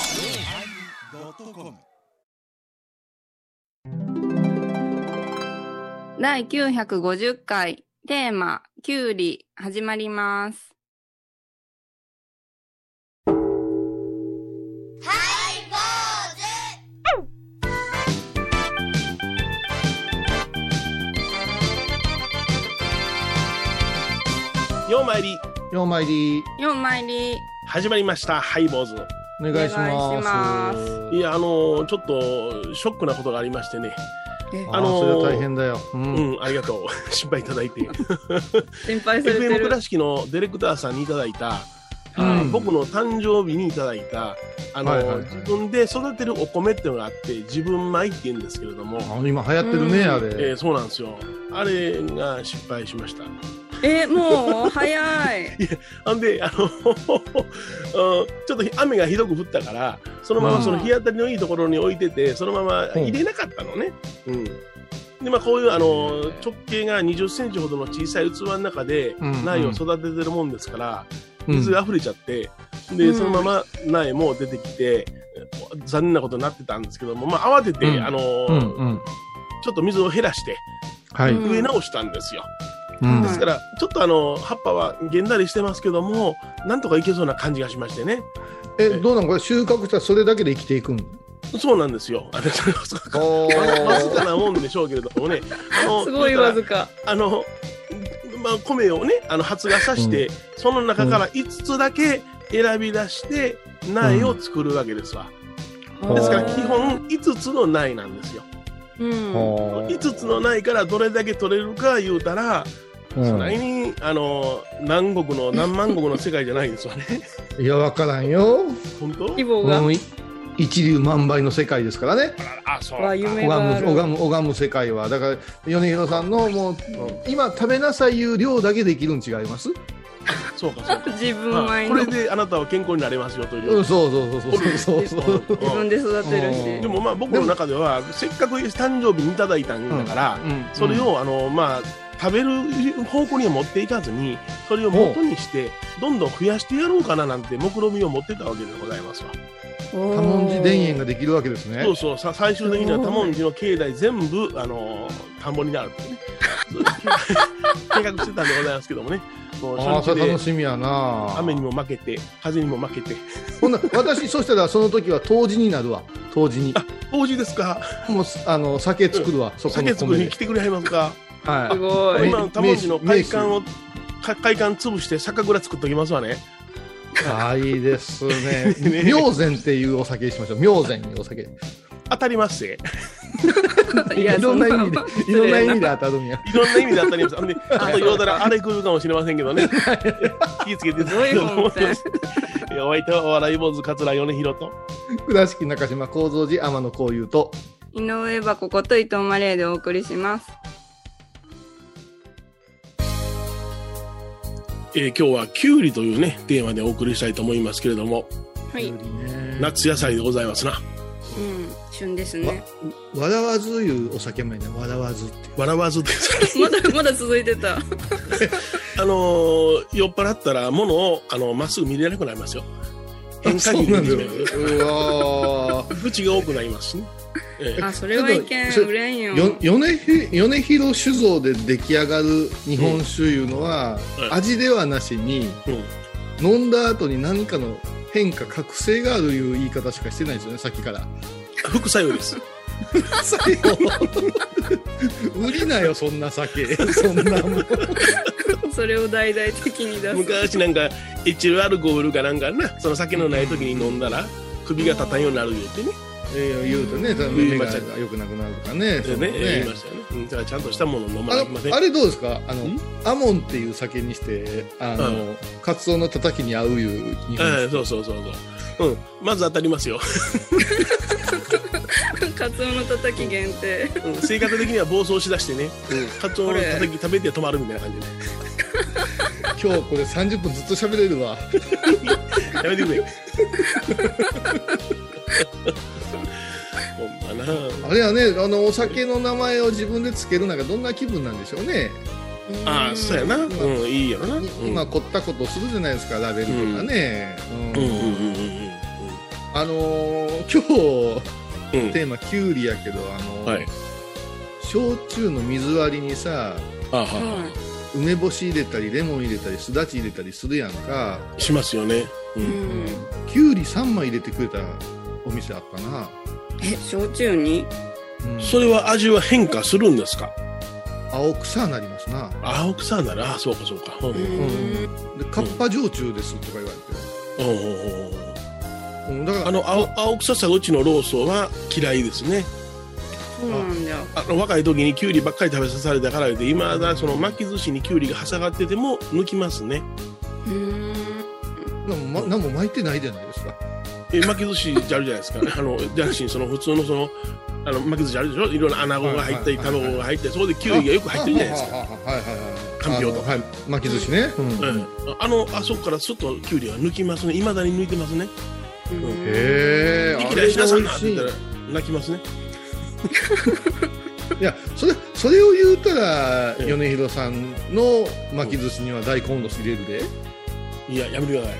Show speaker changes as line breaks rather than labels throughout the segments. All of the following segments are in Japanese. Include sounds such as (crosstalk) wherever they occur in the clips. yosmir
第950回テーマ「キュウリ」始まります。
ようまいり
ようまいり
4枚入り
始まりましたハイボーズ
お願いし
お願いしま
ますす
いやあのーちょっとショックなことがありましてね
あ
あのー
のそれは大変だよ、うん
うんありがとう (laughs) 心配いただいて
心配されて
FM
る
倉敷のディレクターさんにいただいた、
うん
あー僕の誕生日にいただいたあのー、
はいはいはい
自分で育てるお米っていうのがあって自分米って言うんですけれども、
あの今流行ってるね、
うん
あ
え
れ
ー、そうなんですよあれが失敗しました
えもう早い
(laughs)
あんであの (laughs) うんちょっと雨がひどく降ったからそのままその日当たりのいいところに置いててそのまま入れなかったのね。うんでまあ、こういうあの直径が2 0センチほどの小さい器の中で
うんうん
苗を育ててるもんですから、
うん
水が溢れちゃって
う
で
ん
そのまま苗も出てきて残念なことになってたんですけども、まあ、慌てて、
うん
あの
うんうん
ちょっと水を減らして
はい、
うん
植え直したんですよ。
うん
ですから、ちょっとあの葉っぱはげんなりしてますけども、なんとかいけそうな感じがしましてね、
えどうなのこれ収穫したらそれだけで生きていくん
そうなんですよ、あれ、それはそうか
お
わずかなもんでしょうけれどもね、あの
(laughs) すごいわずか
あの、まあ、米をね、あの発芽さして、その中から5つだけ選び出して、苗を作るわけですわ。
うん
ですから、基本5つの苗なんですよ。
うん
5つの苗からどれだけ取れるか言うたら、そないにあの南国の何万国の世界じゃないですわね。
いやわからんよ、
本当
規模が
うん、い一流万倍の世界ですからね
あ、そう
わ夢
拝
があ
む
る
拝む拝む世界はだから米広さんのもう今食べなさいいう量だけできるん違います、
そうか、そうか。
自分
まあ
前
こ
の
れ
自
であなたは健康になれますよというう。
ん、そうそうそうそうそうそう
分で育てるし
うん
でもまあ僕の中ではせっかく誕生日にいただいたんだから、
うん
それをあのまあ食べる方向には持っていかずにそれを元にしてどんどん増やしてやろうかななんて目論みを持ってたわけでございますわ。
おー
多文字田園ができるわけですね
そうそうさ最終的には多文字の境内全部あの田んぼになるってねそういう (laughs) 計画してたんでございますけどもね。もう
ああ
初
そ
日
れ
で
楽しみやな
雨にも負けて風にも負けて
ほんな私そしたらその時は冬至になるわ冬至に
王子ですか
もうすあの酒作るわ、そこ
酒
の
作
米
りに
で
来てくれはりますか
す
は
ご
(laughs)
い
め
今、タモンジの会館を、か会館潰して酒蔵作っときますわね。
いあいいですね
(laughs) ね
明膳っていうお酒にしましょう明膳いうお酒
当たりますせ。
い
い
や
ろんな意味
そん
でいろんな意味で当たるんや
いろんな意味で当たります。あんで、あとようだらあれ来るかもしれませんけどね。気ぃつけていた
すご
だ
い
けと思
本
い
戦
ます。いやお相手はお笑い坊主桂米広と。
倉敷中島幸三寺天野幸雄と
井上はここと伊藤マレーでお送りします
えー今日はキュウリというね、テーマでお送りしたいと思いますけれども、
はい、うん、
夏野菜でございますな。
旬ですね
わらわずいうお酒もいいねわらわずって
笑わずで
(laughs)
す。(laughs)
まだまだ続いてた
あのー酔っ払ったら、ものを、あのまっすぐ見れなくなりますよ。変化
そう
球
なんだ
で
よ
見 (laughs) れる。
うわー
口が多くなりますしね。えー
あそれはいけん
ちょっと
売れんよ
よ米ひ米広酒造で出来上がる日本酒いうのは、
うん
味ではなしに、飲んだ後に何かの変化覚醒があるいう言い方しかしてないですよねさっきから (laughs)
副作用です。
最後 (laughs) 売りなよそんな酒 (laughs) そんなもん
それを大々的に出す
昔なんかエチルアルコールかなんかなその酒のない時に飲んだら首が立たんようになる言ってね
ええ言うとね多分
言い
目
ま
が
した
良くなくなるとかねそ
で
の
ね
ね
言いましたよね、うん、だからちゃんとしたもの飲まなきゃ
あ
いけません
のあれどうですかあの
ん
アモンっていう酒にしてあの、カツオのたたきに合ういう日本
ええ
酒
そうそうそうそううんまず当たりますよ、
カツオのたたき限定
うん性格的には暴走しだしてね、うん、カツオのたたき食べて止まるみたいな感じで
今日これ30分ずっと喋れるわ
やめてくれほんまな
あれはね、あのお酒の名前を自分でつけるなんかどんな気分なんでしょうね。
ああ、そうやな。うん、いいやろな。うん
今凝ったことするじゃないですかラベルとかね、うん
うんうんうん
あのー今
うんう
日
ん。
テーマキュウリやけどあのー
はい。
焼酎の水割りにさ
ああ、
うん
は
梅干し入れたりレモン入れたりすだち入れたりするやんか、
い。しますよね。う。
うんん
きゅうり3枚入れてくれたお店あったな、
え焼酎に
うん
それは味は変化するんですか
青臭なりますな
青臭なら、ああ、そうかそうか。うん。
う
うんん
でカッパ焼酎ですとか言わ
うんうん
れて、うん、だから
あの、青青臭さがうちのローソンは嫌いですね。
そうなんだよ
あの若い時にキュウリばっかり食べさされたからで、今だその巻き寿司にキュウリが挟がってても抜きますね。
うーん
何も,、ま、何も巻いてないじゃないですか
え巻き寿司ってあるじゃないですか。
(laughs)
あの、じゃなしにその普通のその、あの巻き寿司あるでしょいろんな穴子が入ったり、
はいはいはいはい
卵が入ったり、そこでキュウリがよく入ってるじゃないですか。
かはいはいはい
かんぴょうと
あのはい巻き寿司ね、うん
うん、あの、あそこからすっとキュウリは抜きますね。いまだに抜いてますね。
うん
へえ
い
あ
きな
れ
りしな
が
さ
美
ん
味
なって
しい
言ったら泣きますね。
いやそれそれを言うたら
ええ
米広さんの巻き寿司には大根おろし入れるで
いや、やめてください。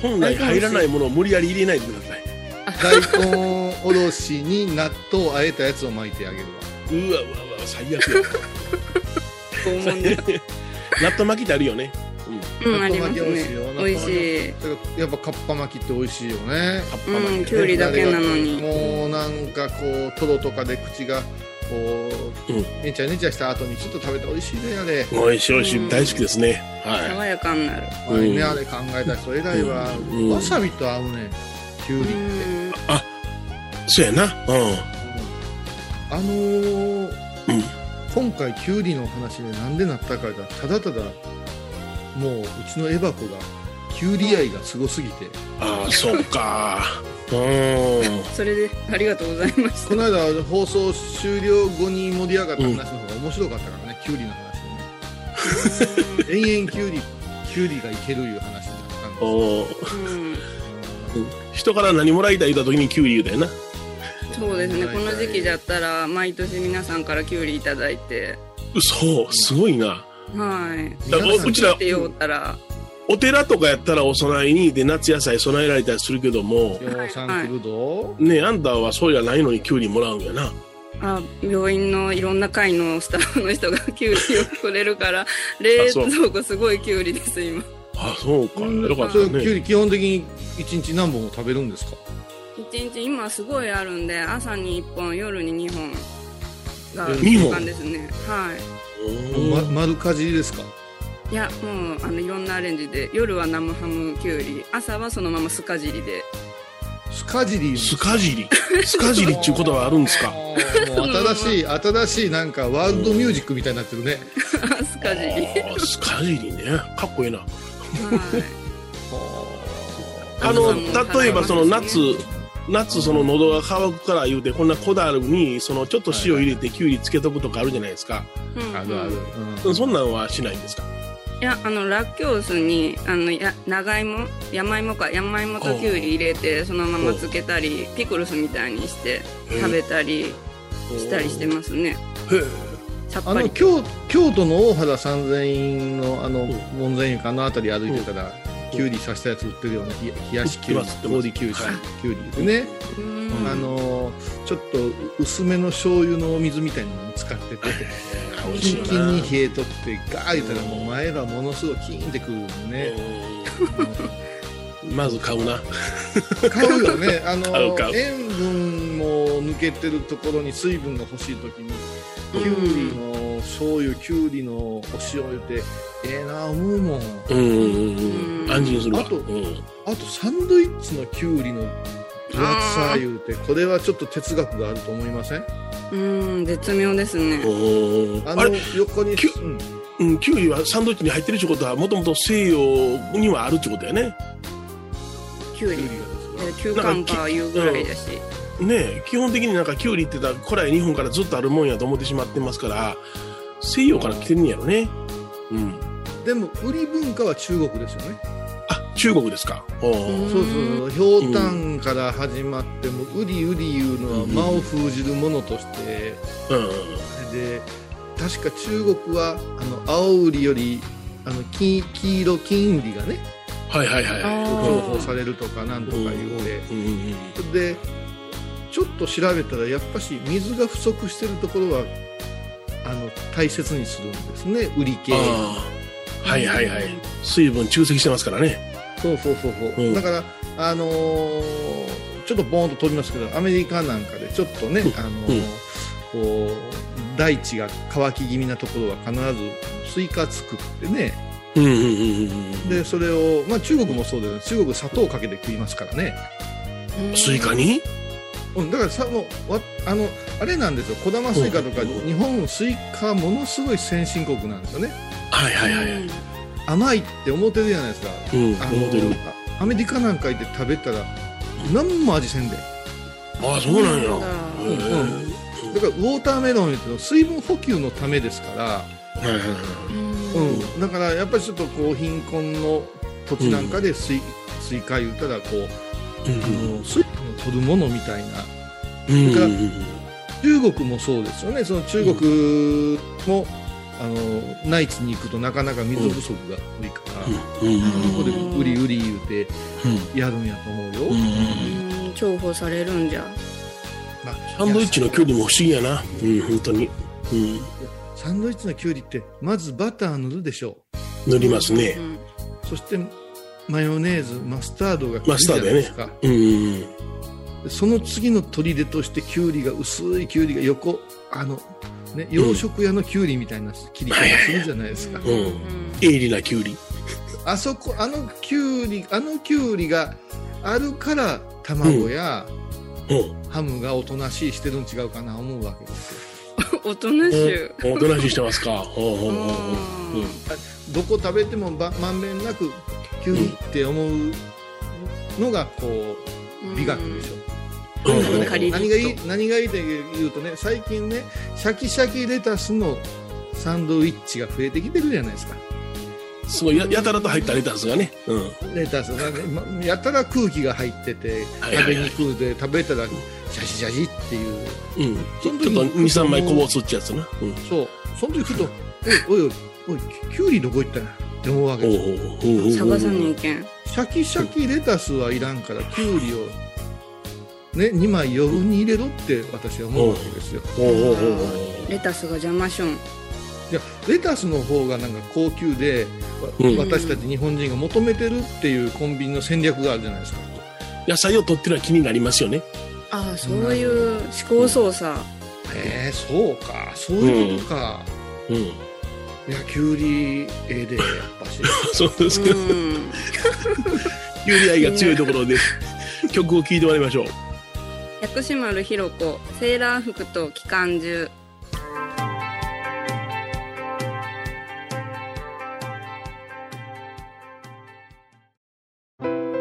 本来入らないものを無理やり入れないでください。
大根おろしに納豆をあえたやつを巻いてあげるわ
うわうわうわ、最悪よ。 (laughs)
拷問だ
納豆巻きってあるよね。
うんあります
納豆巻き美味しいよ
ね美味しい
だからやっぱカッパ巻きって美味しいよね
葉っぱ巻
うん
き
きゅうり
ね。
だけなのに
もうなんかこうトロとかで口がこう、
うん
ねちゃねちゃした後にちょっと食べて美味しいねあれ、
おいしいおいし
う
い、
ん
大好きですね。は
爽やかになる
うまいね
うん
あれ考えた人偉いわ、
うん
わさびと合うねきゅうりって、
うん
い。そうやな。うん。
あのー今回きゅうりの話でなんでなったかがただただもううちのエバ子がきゅうり愛がすごすぎて、
ああ、そうか。うん。
それでありがとうございました
この間放送終了後に盛り上がった話の方が面白かったからね、きゅうりの話もね延々キュウリキュウリがいけるいう話になったんですよ
う
お
ん
人から何もらいたい言った時にキュウリ言うだよな。
そうですね
はい
この時期だったら毎年皆さんからきゅうりいただいて
そう、すごいな。
はい
だから
皆さん
うちら
っ、て言うたら
お寺とかやったらお供えに、で、夏野菜供えられたりするけども、
量産来るど
ねあんたはそうじゃないのにキュウリもらうんやな。
あ病院のいろんな会のスタッフの人がきゅうりをくれるから冷
そう
蔵庫すごいきゅうりです今
あ、そうか。よかっ
そ
た
れキュウ
ね。
リ基本的に一日何本も食べるんですか
一日今すごいあるんで朝に1本夜に2本が
二本
習慣ですねはい
ま丸かじりですか
いやもうあのいろんなアレンジで夜は生ハムきゅうり朝はそのままスカジリで (laughs)
スカジリ
スカジリ。スカジリっていうことはあるんです
(laughs)
(laughs) か。
もう新しい新しいなんかワールドミュージックみたいになってるね
あスカジリはい
あースカジリね。かっこいいな。あの、例えばその夏、夏その喉が乾くから言うて、こんな小樽に、そのちょっと塩入れてきゅうりつけとくとかあるじゃないですか。
うんうん
あるある
そんなんはしないんですか。
いやあのラッキョウスにあのや長芋山芋か山芋ときゅうり入れてそのまま漬けたりピクルスみたいにして食べたりしたりしてますね
へえ
さっ
あ
ぱ
の
り
京京都の大原三千院のあの
ん
門前床のあたり歩いてたら、きゅうり刺したやつ売ってるよねひ冷やしきゅう
売
り
ってます
氷きゅうり
はい
きゅうりですね、
うん
あのーちょっと薄めの醤油のお水みたいなのに使ってて
美味し
キ
いよ
ンキン
な
に。冷えとってガーッ言ったらもう前歯ものすごいキーンってくるのね、
うんまず買うな。
買うよねあの
買う
ー
買う
塩分も抜けてるところに水分が欲しい時にきゅうりの醤油きゅうりのお塩入れてええな思うもん
うんうんうん
う
うんん。安心するわ。
あと
うん
あとサンドイッチのきゅうりの分厚さ言うてこれはちょっと哲学があると思いません
うん絶妙ですね
うん
あ
あ
の
れ、
横に
きゅ
うん
うんキュウリはサンドイッチに入ってるってことは、もともと西洋にはあるってことやね。
きゅう
き
り
ゅうりがですね
休館かいうぐらいだし
ねえ基本的になんかキュウリって言ったら古来日本からずっとあるもんやと思ってしまってますから西洋から来てるんやろねうん
でも売り文化は中国ですよね
あ中国ですかお
う
ー
ん
そうそうひょうたんから始まってもうりうりいうのは間を封じるものとして
うん
で確か中国はあの青売りよりあの黄黄色金売りがね
はいはいはいはい。
あ
重宝されるとかなんとか言って、
うんうんうん
でちょっと調べたらやっぱし水が不足してるところはあの大切にするんですね売り系
ああはいはいはい。水分中積してますからね。
そうそうそうそう、
うん
だからあのーちょっとボーンと飛びますけどアメリカなんかでちょっとね、あのーこう大地が乾き気味なところは必ずスイカ作ってね
うんうんうんうんうん。
でそれを、まあ、中国もそうだよね中国砂糖かけて食いますからね、
スイカに
うん、だからさもうわあのあれなんですよ小玉スイカとか、
うん
日本スイカものすごい先進国なんですよね
はいはいはいはい。
甘いって思ってるじゃないですか
うん、
あの
モデル。
あアメリカなんか行って食べたら何も味せんで
ああ、そうなんや。
そうなん
へ
だ
え
だからウォーターメロンっていうのは水分補給のためですから、
はいはいはい
うん、だからやっぱりちょっとこう貧困の土地なんかでスイ,、スイカ言うたらこうあ
うん
の水分を取るものみたいな
うんうん
それから
うんうん
中国もそうですよねその中国も、あの内地に行くとなかなか水不足が多いから、
うんうん
そこで売り売り言うてやるんやと思うよ、
うんうん
うん重宝されるんじゃ
まあ
サンドイッチの距離も不思議やな。うん、本当に。うん、
サンドイッチのきゅうりってまずバター塗るでしょ
塗りますね
う。ん
うそしてマヨネーズマスタードが来るじゃないですか、
うんうんうん。
でその次の砦としてきゅうりが薄いきゅうりが横あの、ね、洋食屋のきゅうりみたいな切り方するじゃないですか、
ん鋭利なキュウリ。
あそこあのきゅうりあのきゅうりがあるから卵や
うん。
ハムがおとなしいしてるん違うかな思うわけですよ
大人種
おとなしいしてますか。ほうほうほうほううん
どこ食べてもばまんべんなくきゅうりって思うのがこう美学でしょ、
うん
うんうん
カリッと
何がいい何がいいって言うとね最近ねシャキシャキレタスのサンドイッチが増えてきてるじゃないですか
すごいや、やたらと入ったレタスがね。うん。
レタスがね、まやたら空気が入ってて
はい
食
は
べ
いは
に
い。
くいで食べたらシャシシャシっていう
うん。ち
そ
ょっ
の
と
時に
2、3枚こぼすっちやつな。うん。
そうその時ふと「おいおいおいおいききゅうりどこ行ったんや」って思うわけ
お
で
うおうお
すよ
うおうおう
探さにいけん
シャキシャキレタスはいらんからきゅうりを、ね、2枚余分に入れろって私は思うわけですよ
おうおうおうおう
レタスが邪魔しょん
いやレタスの方がなんか高級で、わ
うん
私たち日本人が求めてるっていうコンビニの戦略があるじゃないですか。
野菜を取ってのは気になりますよね。
ああそういう試行操作
えー、そうかそういうことか、
うん。 (laughs)
いやきゅうりええでやっぱし
そうですけど、
うん
キュウリ愛が強いところで、曲を聴いてもらいましょう。
薬師丸ひろ子セーラー服と機関銃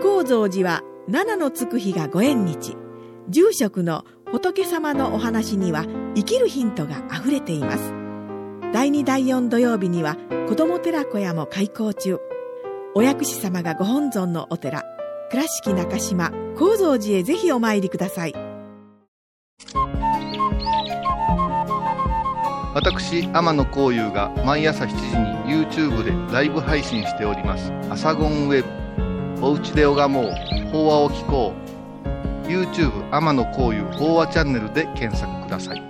高蔵寺は七のつく日がご縁日住職の仏様のお話には生きるヒントがあふれています第2第4土曜日には子ども寺小屋も開校中お薬師様がご本尊のお寺倉敷中島・高蔵寺へぜひお参りください
私天野幸雄が毎朝7時に YouTube でライブ配信しております「アサゴンウェブ」「おうちで拝もう法話を聞こう」YouTube 天野幸雄法話チャンネルで検索ください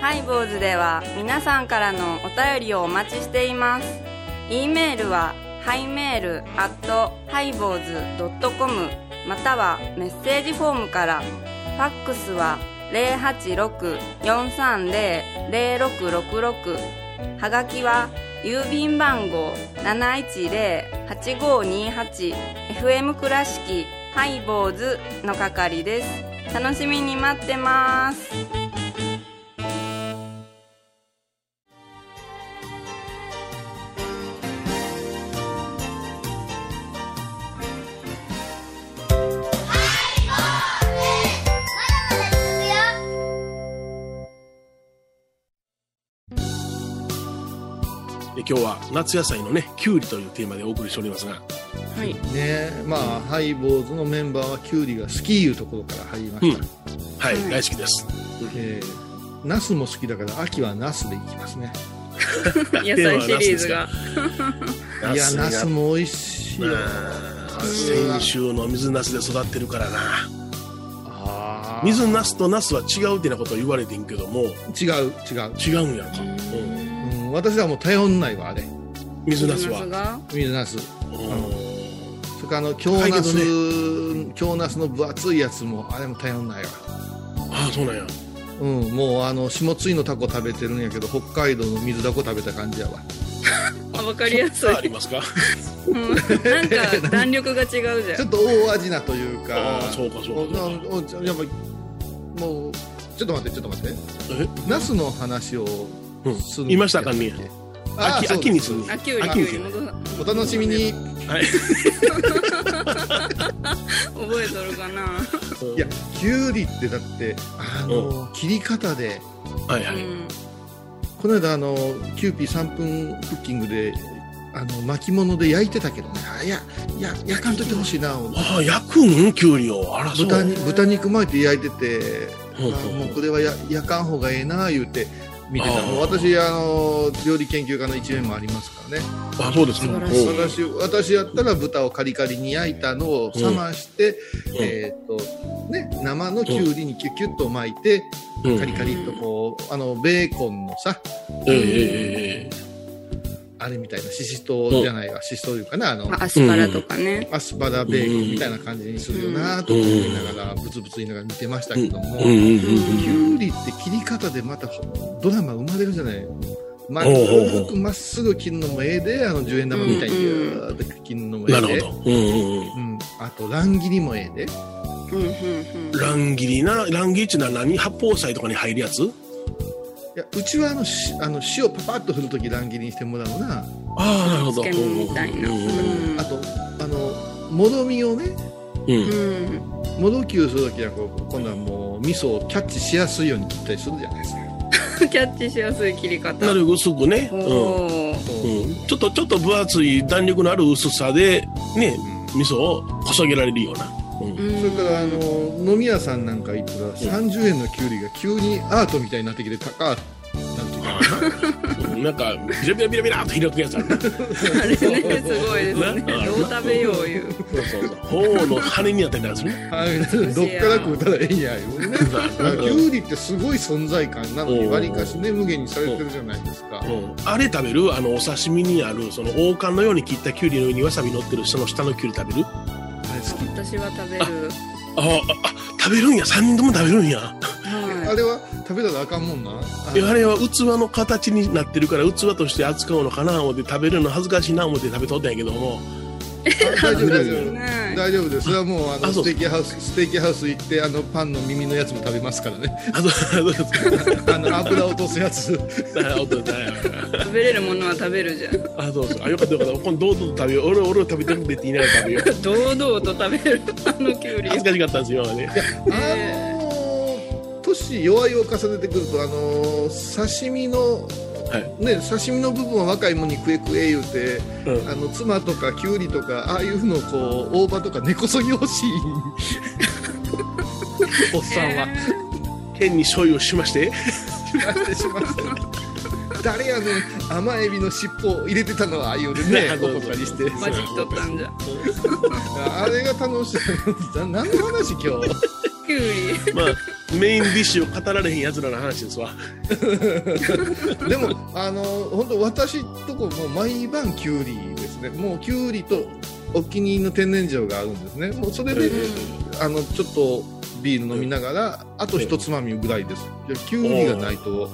ハイボーズでは皆さんからのお便りをお待ちしています。e メールはハイメールアットハイボーズドットコムまたはメッセージフォームから。ファックスは086-430-0666はがきは郵便番号710-8528 FM 倉敷ハイボーズの係です。楽しみに待ってます。
で今日は夏野菜のね、キュウリというテーマでお送りしておりますが、
はい。
ねまあハイボーズのメンバーはキュウリが好きいうところから入りました、
うんはい、
はい
大好きです。
えー、ナスも好きだから秋はナスでいきますね
野菜シリーズが。
いやナ
ナス
ス
が
も美味しいよ、
まあ先週の水ナスで育ってるからな。
あー
水ナスとナスは違うってなことは言われてんけども、
違う違う、
違うんやんか。うん
うん、私はもう頼んないわあれ
水ナスは。
が。
水ナス
うん
それからあの京ナス、
高いけ
京ナスの分厚いやつもあれも頼んないわ
ああ、そうなんや。
うん、もうあの下津井のタコ食べてるんやけど北海道の水ダコ食べた感じやわ
あ、わかりやすい
あ。りますか。
うんなんか弾力が違うじ
ち
ゃ
ょ
ん。
っと大味なというか
ああ、そうか、そ
お
うかそうか。
なおちょやっぱもうちょっと待ってちょっと待って
え
ナスの話を
うん
する
いましたかね
あ
秋
そう
秋
で
に
す
する。
あ、きゅうり、
あ
き
き
ゅ
ゅ
う
う
り
り
戻さ。
お楽しみにい
はい。
覚えとるかな。
やきゅうりってだってあの、切り方で
はいは
う
い。
ん。
この間あのキューピー3分クッキングであの巻物で焼いてたけどねあいやいや焼かんといてほしいな
ああ、焼くんきゅうりを。あら、そう。
豚に豚肉巻いて焼いてて
うん
あ
うん
もうこれはや焼かん方がええな言うて見て
あ
た
ー
もう私あの料理研究家の一面もありますからね
あ、そうですか。
素晴らしい
うん
私私やったら豚をカリカリに焼いたのを冷まして、えーっとね、生のきゅうりにキュッキュッと巻いて、
うん
カリカリっとこうあのベーコンのさ
えええええ
あれみたいなししとうじゃないわししとういうかなあの
まあ、アスパラとかね。
アスパラベーコンみたいな感じにするよなと思いながらブツブツ言いながら見てましたけども。
えうんうんうん
きゅうりって切り方でまたドラマ生まれるじゃないまっ
ほうほうほう
すぐまっすぐ切るのもええであの10円玉みたいに
うん
ギ
うん
ューって切るのも
うん。
ええ
な
で、
るほど。うんうんうん。
うん、あと乱切りもええで
うん、うん、うん。
乱切りな、乱切りってのは何八宝菜とかに入るやつ
いやうちはあのしあの塩パパッと振るとき乱切りにしてもらうな、
ああ、なるほど。
漬物みたいな。
う
うん
うん
ん
あ。とあのもどみをね
う
う
んうん
ん。 (laughs)
もどきをするときはこう今度はもう味噌をキャッチしやすいように切ったりするじゃないですか
キャッチしやすい切り方。
なる薄くね。
お
うん。
お。
うんちょっと、ちょっと分厚い弾力のある薄さで、ね、味噌をこそげられるような。うん
それからあの飲み屋さんなんか行ったら30円のきゅうりが急にアートみたいになってきて高っなんていうか
あーなんか、ビラビラビラビラっと開くやつあるな。
あれね、すごいですね。
な
どう食べよういう。
そうそうそう。頬の羽になってたやつね。
はい、どっから食うたらええんやよ
(laughs)
ね。きゅうりってすごい存在感なのに、
うん
わりかしね、無限にされてるじゃないですか。
うんあれ食べるあのお刺身にあるその王冠のように切ったきゅうりの上にわさび乗ってるその下のきゅうり食べるあ
あれ好き
私は食べる。
ああ食べるんや3人とも食べるんや
あ
は
れは食べたらあかんもんな。
いやあれは器の形になってるから器として扱うのかな思って食べるの恥ずかしいな思って食べとったんやけども
大丈夫、大丈
い。
夫。
ね
大丈夫です。それはもう、あの、
あそ
ス
う
テーキハウス、ステーキハウス行って、あの、パンの耳のやつも食べますからね。 (laughs)
あそうそうです
あの、油落とすやつ。
あおっとだよ
食べれるものは食べるじゃん。
あそうそうあよかったよかった今度堂々と食べよう俺俺を食べてるんでって言いながら食べよう
堂々と食べる。あのきゅうり。
恥ずかしかったんですよ今まで
あのー、年弱いを重ねてくると、あのー、刺身の、
は
ね、刺身の部分は若いもんに食え食え言うて、
うん
あの妻とかきゅうりとかああいうのをこう大葉とか根こそぎ欲しいおっさんは
変に醤油をしまして
出してし
(laughs)
ました誰やねん甘エビの尻尾を入れてたのはああいう
(laughs)
ね
あ
お
そうそう
こかりして
マジきとったんじゃん。
あれが楽しい (laughs) な何の話今日
きゅうり。
まあメインディッシュを語られへんやつらの話ですわ
でも、あの本当、私とこもう毎晩きゅうりですね、もうきゅうりとお気に入りの天然塩があるんですね、もうそれで、あのちょっとビール飲みながら、あと一つまみぐらいです、いやきゅうりがないと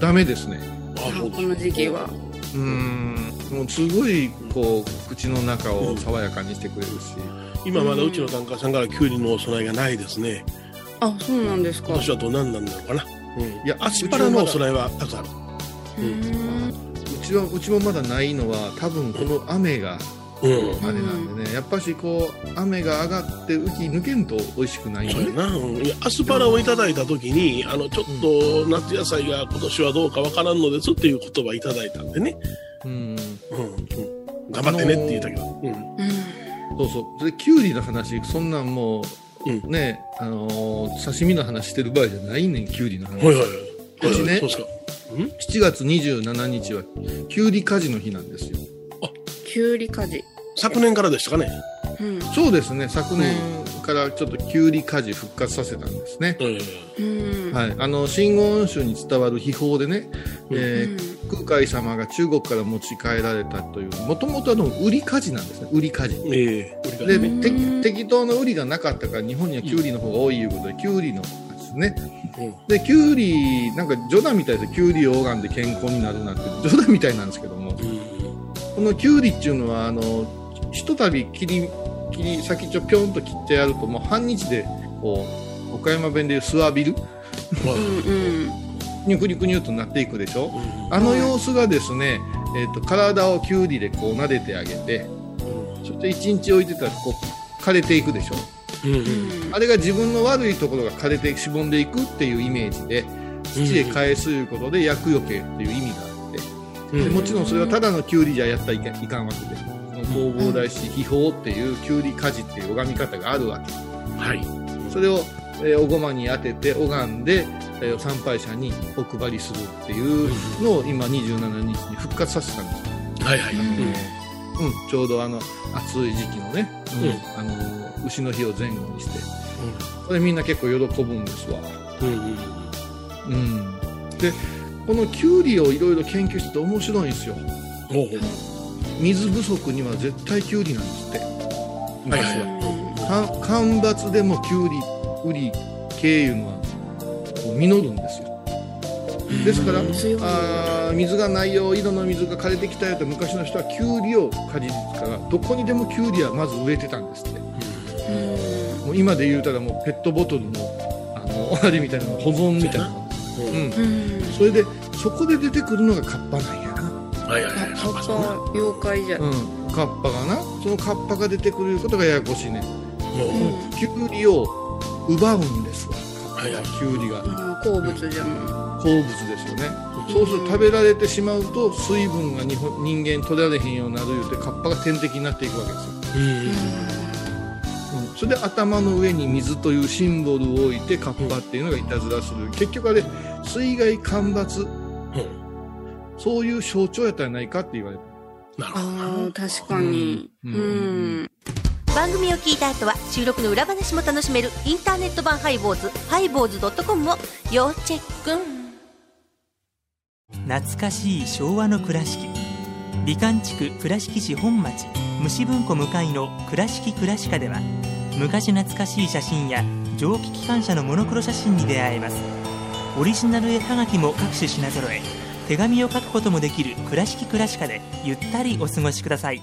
ダメですね、
あそう
この時期は。
うーん、もうすごいこう口の中を爽やかにしてくれるし、
今まだうちの檀家さんからキュウリのお供えがないですね。
あ、そうなんですか
今。年はどうなんなんだろうかな。うん、いや、アスパラのお供えはたくさんある。
うん
うちはうちもまだないのは、多分この雨が。
うん。
あれなんでね、やっぱしこう雨が上がって浮き抜けんと美味しくないよ
そう
ね
やな、うんいやアスパラをいただいた時にあのちょっと夏野菜が今年はどうかわからんのですっていう言葉いただいたんでね、
うん
うんうん頑張ってねって言ったけど。うん
そうそう。それで、キュウリの話、そんなんもう、
うん
ね、あのー刺身の話してる場合じゃないねん、キュウリの話。
はいはいはい。
うちね
そうっすか。
7月27日は、キュウリ火事の日なんですよ。
きゅうりかじ。
昨年からでしたかね。
うん。
そうですね、昨年からちょっとキュウリ火事復活させたんですね。
うん。
うん。
はい。あの、真言宗に伝わる秘宝でね、
うん
えー空海様が中国から持ち帰られたという、もともとあの、売り火事なんですね、売り火事。
ええ
で、
うん
て適当なウリがなかったから日本にはキュウリの方が多いいうことで、キュウリのですね
うん
でキュウリなんか冗談みたいですキュウリを拝んで健康になるなんて冗談みたいなんですけども
うん
このキュウリっていうのはあのひとたび切り切り先っちょぴょんと切ってやるともう半日でこう岡山弁でいうスワビル
まあ
うんうん。
ニュクニュクニュっとなっていくでしょ
う
あの様子がですね、えっと体をキュウリでこう撫でてあげて
ん
そして1日置いてたらこう枯れていくでしょ
うんうん
あれが自分の悪いところが枯れてしぼんでいくっていうイメージで土へ返すいうことで厄除けっていう意味があって、
うん
でもちろんそれはただのキュウリじゃやったらいけいかんわけで弘法大師秘宝っていうキュウリ家事っていう拝み方があるわけ
はい。
それを、えーおごまに当てて拝んで、えー参拝者にお配りするっていうのを今27日に復活させたんです
はいはい。
うん、ちょうどあの暑い時期のね、うんあの牛の日を前後にして、これみんな結構喜ぶんですわ、
うんうん
うん、でこのキュウリをいろいろ研究してて面白いんですよ
ほうほう
水不足には絶対キュウリなんですって昔
はい
は、か干ばつでもキュウリウリ系いうのはこう実るんですよですから
強い
あー水がないよ井戸の水が枯れてきたよって昔の人はキュウリをかじりつからどこにでもキュウリはまず植えてたんですって
うん
もう今で言うたらもうペットボトルのあのあれみたいなの保存みたいなの、
うん
う
う
ん、
ん。
それでそこで出てくるのがカッパなんやな、
はいはいはい。
あ、そっか、妖怪じゃ。
うん、カッパがなそのカッパが出てくることがややこしいね
もう
うん
キュウリを奪うんですわカ
はい
ッ
はい
パがキュウリが
うん好物じゃん。
好物ですよねそうすると食べられてしまうと水分が日本人間取られへんようになるいうてカッパが天敵になっていくわけですよそれで頭の上に水というシンボルを置いてカッパっていうのがいたずらする、結局あれ水害干ばつ
うん
そういう象徴やったんじゃないかって言われて
なるほ
ああ、確かに。
う
うんん。
番組を聞いた後は収録の裏話も楽しめるインターネット版ハイボーズハイボーズドットコムを要チェック
懐かしい昭和の倉敷美観地区倉敷市本町虫文庫向かいの「倉敷倉敷科」では昔懐かしい写真や蒸気機関車のモノクロ写真に出会えますオリジナル絵はがきも各種品揃え手紙を書くこともできる「倉敷倉敷科」でゆったりお過ごしください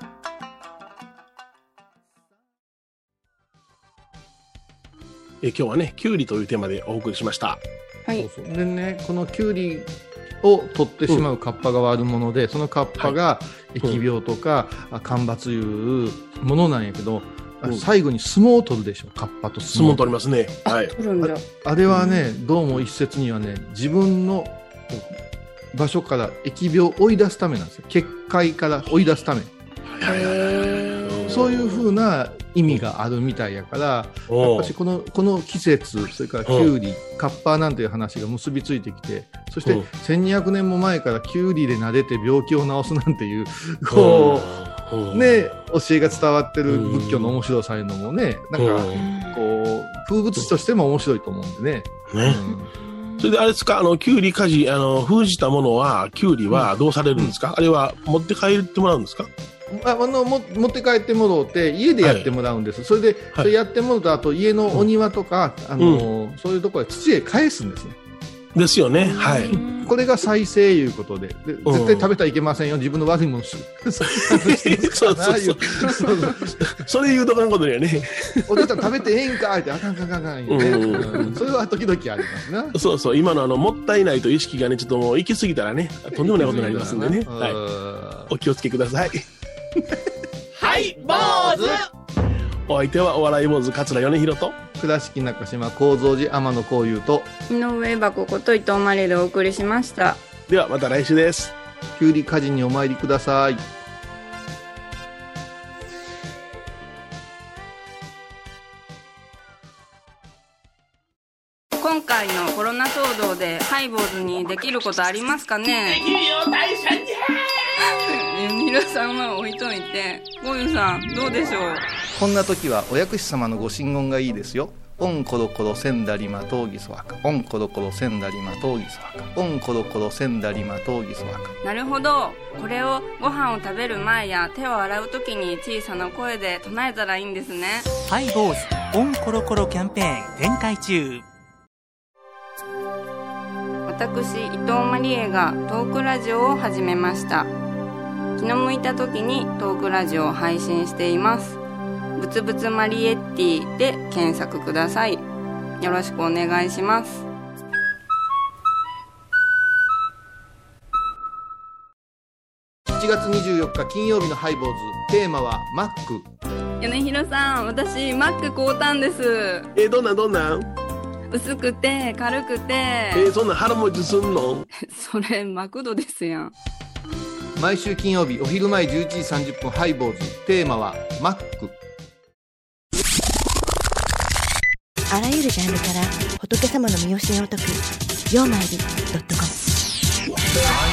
ど。え今日はね、キュウリというテーマでお送りしました。
はい。
そうそうでねこのキュウリを取ってしまうカッパが悪者で、そのカッパが疫病とか、あ干ばついうものなんやけど、あ
うん
最後に相撲を取るでしょカッパと
質
相撲
問取りますね。はい。
取るんだ。
あれはねどうも一説にはね自分の場所から疫病を追い出すためなんですよ結界から追い出すため
はいはいはいはい。
そういう
う
ふうな意味があるみたいやから、やっ
お
ぱしこのこの季節、それからキュウリ、カッパーなんていう話が結びついてきて、そして
うん
1200年も前からキュウリで撫でて病気を治すなんていう、こう、ね、教えが伝わってる仏教の面白さいうのもね、なんか、こう、風物詩としても面白いと思うんでね。
ね。
う
それであれですか、あの、キュウリ家事、あの、封じたものは、キュウリはどうされるんですか、あれは持って帰ってもらうんですか
んああのも持って帰ってもろうて家でやってもらうんです、それで、
はい
それやってもろうとあと家のお庭とか、あのそういうところへ土へ返すんですね
ですよね。はい。
(laughs) これが再生いうことでで
ん
絶対食べたらいけませんよ自分の悪いものする
そうそう
い
そう。それ言うとかんことだよね。
(laughs) お父ちゃん食べてええんかいってあかんかんかんかん言うね、
うん
うんそれは時々ありますな
そうそう、今のあの、もったいないという意識がね、ちょっともう行き過ぎたらね、とんでもないことになりますんでね。
うん
はい。お気をつけください。はい、坊主お相手はお笑い坊主、桂米広と。
倉敷中島幸三寺天野幸雄と
井上箱こと伊藤マレーでお送りしました。
では、また来週です。
きゅうり家事にお参りください
今回のコロナ騒動でハイボーズにできることありますかねできるよ大社に皆さんは置いといてゴユさんどうでしょう
こんな時はお薬師様のご神言がいいですよ。オンコロコロセンダリマトウギソワカ。オンコロコロセンダリマトウギソワカ。オンコロコロセンダリマトウギソワカ。
なるほどこれをご飯を食べる前や手を洗う時に小さな声で唱えたらいいんですね
ハイボーズオンコロコロキャンペーン展開中
私伊藤マリエがトークラジオを始めました気の向いた時にトークラジオを配信していますぶつぶつマリエッティで検索くださいよろしくお願いします
7月24日金曜日のハイボーズテーマはマック
米広さん私マック買うたんです
えーどんなんどんなん
薄くて軽くて
えーそんなん腹持ちすんの
それマクドですやん
毎週金曜日お昼前11時30分ハイボーズテーマはマック
あらゆるジャンルから仏様の身教えを解く「曜マイルドットコム」